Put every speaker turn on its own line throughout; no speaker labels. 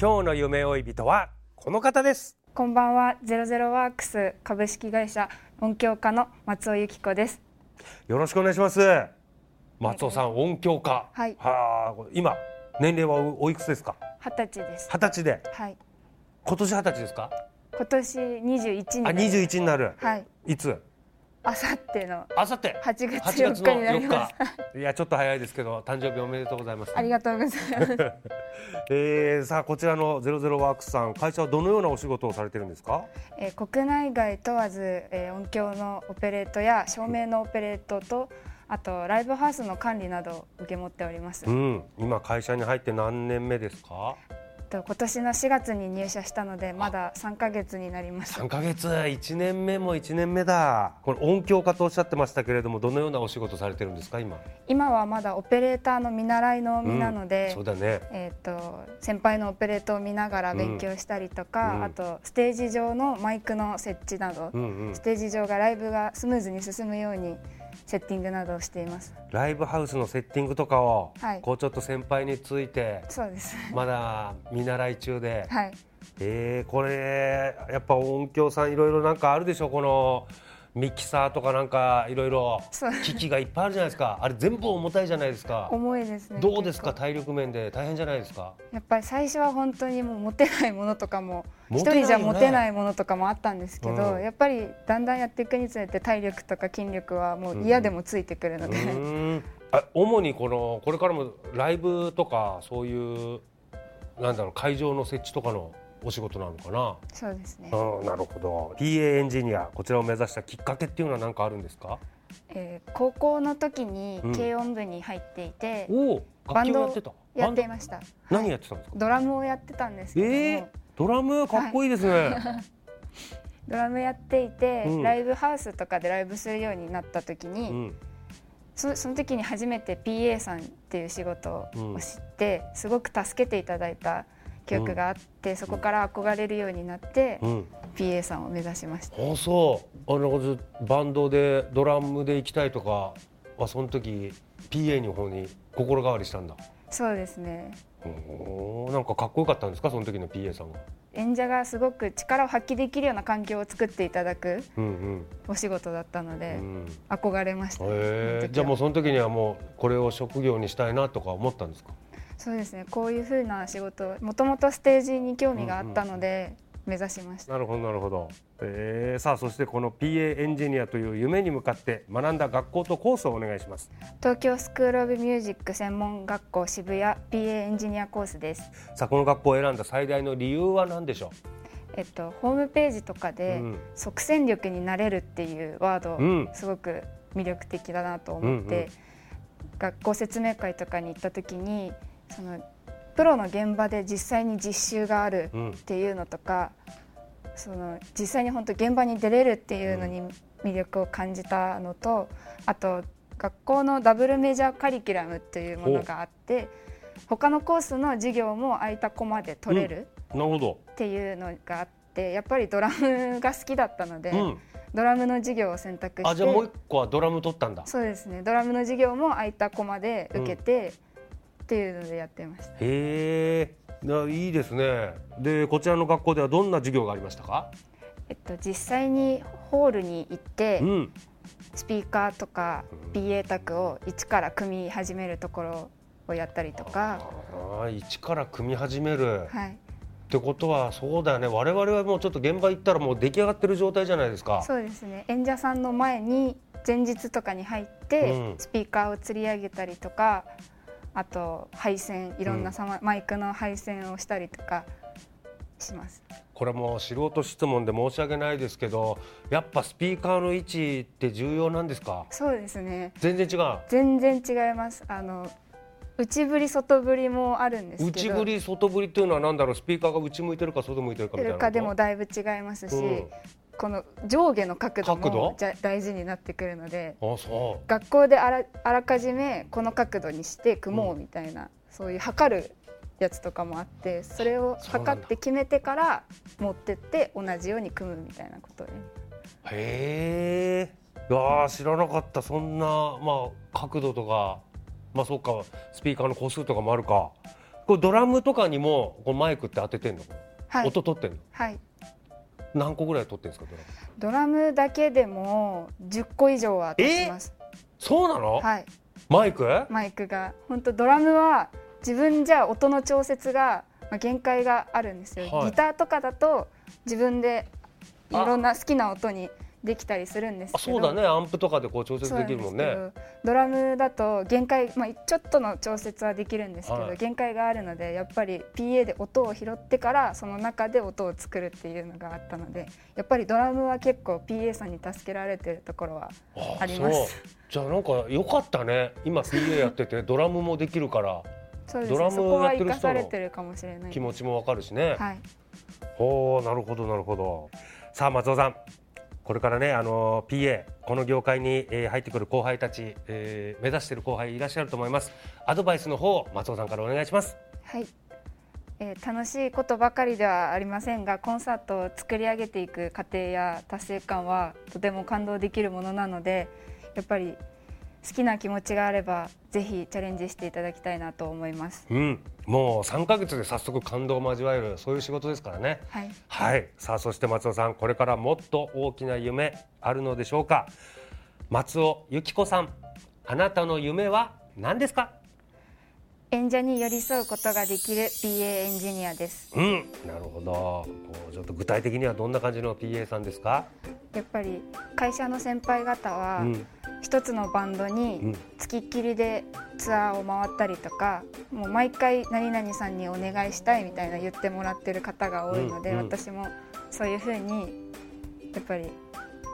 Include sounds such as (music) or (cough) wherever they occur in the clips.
今日の夢追い人はこの方です
こんばんは、ゼロゼロワークス株式会社音響家の松尾由紀子です。
よろしくお願いします松尾さん音響家
はい
はあ今年齢はおおいくつですか
二十歳です。
二十歳で
はい。
今年二十歳ですか
今年二十一に
あ
なり
二十一になる
はい。
いつ
あさっての
あさって
八月
8
四日になります。
4日いやちょっと早いですけど誕生日おめでとうございます
ありがとうござい
(laughs)
ます。
えー、さあこちらのゼロゼロワークスさん会社はどのようなお仕事をされてるんですか
えー国内外問わず、えー音響のオペレートや照明のオペレートとあとライブハウスの管理などを受け持っております。
うん今会社に入って何年目ですか
と今年の四月に入社したのでまだ三ヶ月になります
3。ヶ月1年目も1年目だこれ音響家とおっしゃってましたけれどもどのようなお仕事されてるんですか今
今はまだオペレーターの見習いの身なので、
そうだね
えー、と先輩のオペレートを見ながら勉強したりとか、
うん
あとステージ上のマイクの設置など、
うんうん
ステージ上がライブがスムーズに進むようにセッティングなどをしています
ライブハウスのセッティングとかを、
はい
こうちょっと先輩について
そうです (laughs)
まだ見習い中で、
はい
えー、これやっぱ音響さんいろいろなんかあるでしょこのミキサーとかなんかいろいろ
そう
機器がいっぱいあるじゃないですかあれ全部重たいじゃないですか
重いですね
どうですか
結構
体力面で大変じゃないですか
やっぱり最初は本当にもう持てないものとかも
持
一、
てないよね
人じゃ持てないものとかもあったんですけど、
うん
やっぱりだんだんやっていくにつれて体力とか筋力はもう嫌でもついてくるの
う
で、
ーんあ主にこのこれからもライブとかそういうなんだろう会場の設置とかのお仕事なのかな
(laughs) そうですね
うん、なるほど PA エンジニアこちらを目指したきっかけっていうのは何かあるんですか
えー高校の時に
うん
軽音部に入っていて、
おお楽器をやってた
やってい
バン
ました
ド何やってたんですか
ドラムをやってたんですけども、
えー、ドラムかっこいいですね、
ドラムやっていて、
うん
ライブハウスとかでライブするようになった時に、
うん、
そその時に初めて PA さんっていう仕事を知って、すごく助けていただいた記憶があって、そこから憧れるようになって、
うん、
PA さんを目指しました
あそうあのバンドでドラムで行きたいとかはその時 PA の方に心変わりしたんだ
そうですね
おーなんかかっこよかったんですかその時の PA さんは
演者がすごく力を発揮できるような環境を作っていただく
うん
お仕事だったの
うん、う
で、
ん、
憧れました、
え
その時は
ー、じゃあもうその時にはもうこれを職業にしたいなとか思ったんですか
そうですねこういう風な仕事もともとステージに興味があったので目指しました、
なるほどなるほど、えー、さあそしてこの PA エンジニアという夢に向かって学んだ学校とコースをお願いします
東京スクール・オブ・ミュージック専門学校渋谷 PA エンジニアコースです
さあこの学校を選んだ最大の理由は何でしょ
えっとホームページとか
う、う
で
ん
即戦力になれるっていうワード、
うん
すごく魅力的だなと思って、
うんうん
学校説明会とかに行った時にそのプロの現場で実際に実習がある
うん
っていうのとかその実際に本当現場に出れるっていうのに魅力を感じたのと、あと学校のダブルメジャーカリキュラムっていうものがあって他のコースの授業も空いたコマで取れる
なるほど、
っていうのがあってやっぱりドラムが好きだったので、
うん、
ドラムの授業を選択して
あじゃあもう一個はドラム取ったんだ
そうですねドラムの授業も空いたコマで受けて、っていうのでやってました。
へえないいですねでこちらの学校ではどんな授業がありましたか
えっと、実際にホールに行って、
うん
スピーカーとか PA 卓を一から組み始めるところをやったりとか、
あー一から組み始める、っ
はい、
てことはそうだよね我々はもうちょっと現場行ったらもう出来上がってる状態じゃないですか
そうですね演者さんの前に前日とかに入って、
うん
スピーカーを吊り上げたりとかあと配線いろんなさま、マイクの配線をしたりとかします
これもう素人質問で申し訳ないですけどやっぱスピーカーの位置って重要なんですか
そうですね
全然違う
全然違いますあの内振り外振りもあるんですけ
内
ど
振り外振りっていうのは何だろうスピーカーが内向いてるか外向いてるかみたい
振る
な
か
こと
でもだいぶ違いますし、
うん
この上下の角度
角度
もじゃ大事になってくるので
あそ
学校であらあらかじめこの角度にして組もうみたいな、そういう測るやつとかもあってそれを
そうなんだ
測って決めてから持ってって同じように組むみたいなことで
うへえいやー知らなかったそんなまあ角度とかまあそうかスピーカーの個数とかもあるかこれドラムとかにもこうマイクって当ててんの、
はい、
音取ってんの
はい、
何個ぐらい取ってんですかドラム
ドラムだけでも10個以上は当てます、
そうなの、
はい、
マイク
マイクが本当ドラムは自分じゃ音の調節が、まあ、限界があるんですよ、
はい
ギターとかだと自分でい
あ
ろんな好きな音にできたりするんです
あ
け
そ
ど
うだねアンプとかでこう調節
そうな
で
ん
き
で
るもん
すけ
ね
どドラムだと限界、まあ、ちょっとの調節はできるんですけど、
はい
限界があるのでやっぱり PA で音を拾ってからその中で音を作るっていうのがあったのでやっぱりドラムは結構 PA さんに助けられてるところは
あ
あります
そうじゃあなんか良かったね今 PA やっててドラムもできるから
そうです
ドラム
ねそこは
やってる人
生
の
かされてるかもしれない
気持ちもわかるしね、
はい
ほうなるほどなるほどさあ松尾さんこれからねあの PA この業界に、えー入ってくる後輩たち、えー目指してる後輩いらっしゃると思いますアドバイスの方を松尾さんからお願いします
はい、えー楽しいことばかりではありませんがコンサートを作り上げていく過程や達成感はとても感動できるものなのでやっぱり好きな気持ちがあればぜひチャレンジしていただきたいなと思います。
うんもう3ヶ月で早速感動を交わえるそういう仕事ですからね
はい、
はい、さあそして松尾さんこれからもっと大きな夢あるのでしょうか松尾由紀子さんあなたの夢は何ですか
演者に寄り添うことができる PA エンジニアです。
うんなるほどこうちょっと具体的にはどんな感じの PA さんですか、
やっぱり会社の先輩方は、
うん
一つのバンド
うん
につきっきりでツアーを回ったりとかもう毎回何々さんにお願いしたいみたいな言ってもらってる方が多いので、
うんうん
私もそういうふうにやっぱり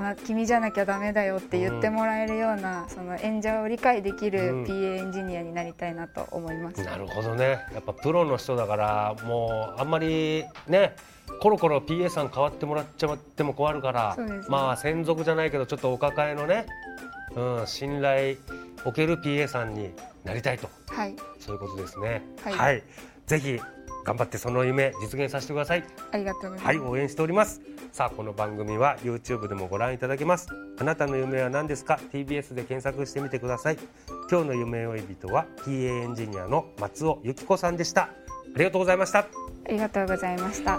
あ「君じゃなきゃダメだよ」って言ってもらえるような、その演者を理解でき
う
る
ん
PA エンジニアになりたいなと思います。
なるほどねやっぱプロの人だからもうあんまりねコロコロ PA さん変わってもらっちゃっても困るから、
そうですね
まあ専属じゃないけどちょっとお抱えのね、うん、信頼おける PA さんになりたいと
はい
そういうことですね。は、
はいい
ぜひ頑張ってその夢実現させてください。
ありがとうございます、
はい、応援しております。さあ、この番組は YouTube でもご覧いただけます。あなたの夢は何ですか ?TBS で検索してみてください。今日の夢追い人は PA エンジニアの松尾由紀子さんでした。ありがとうございました。
ありがとうございました。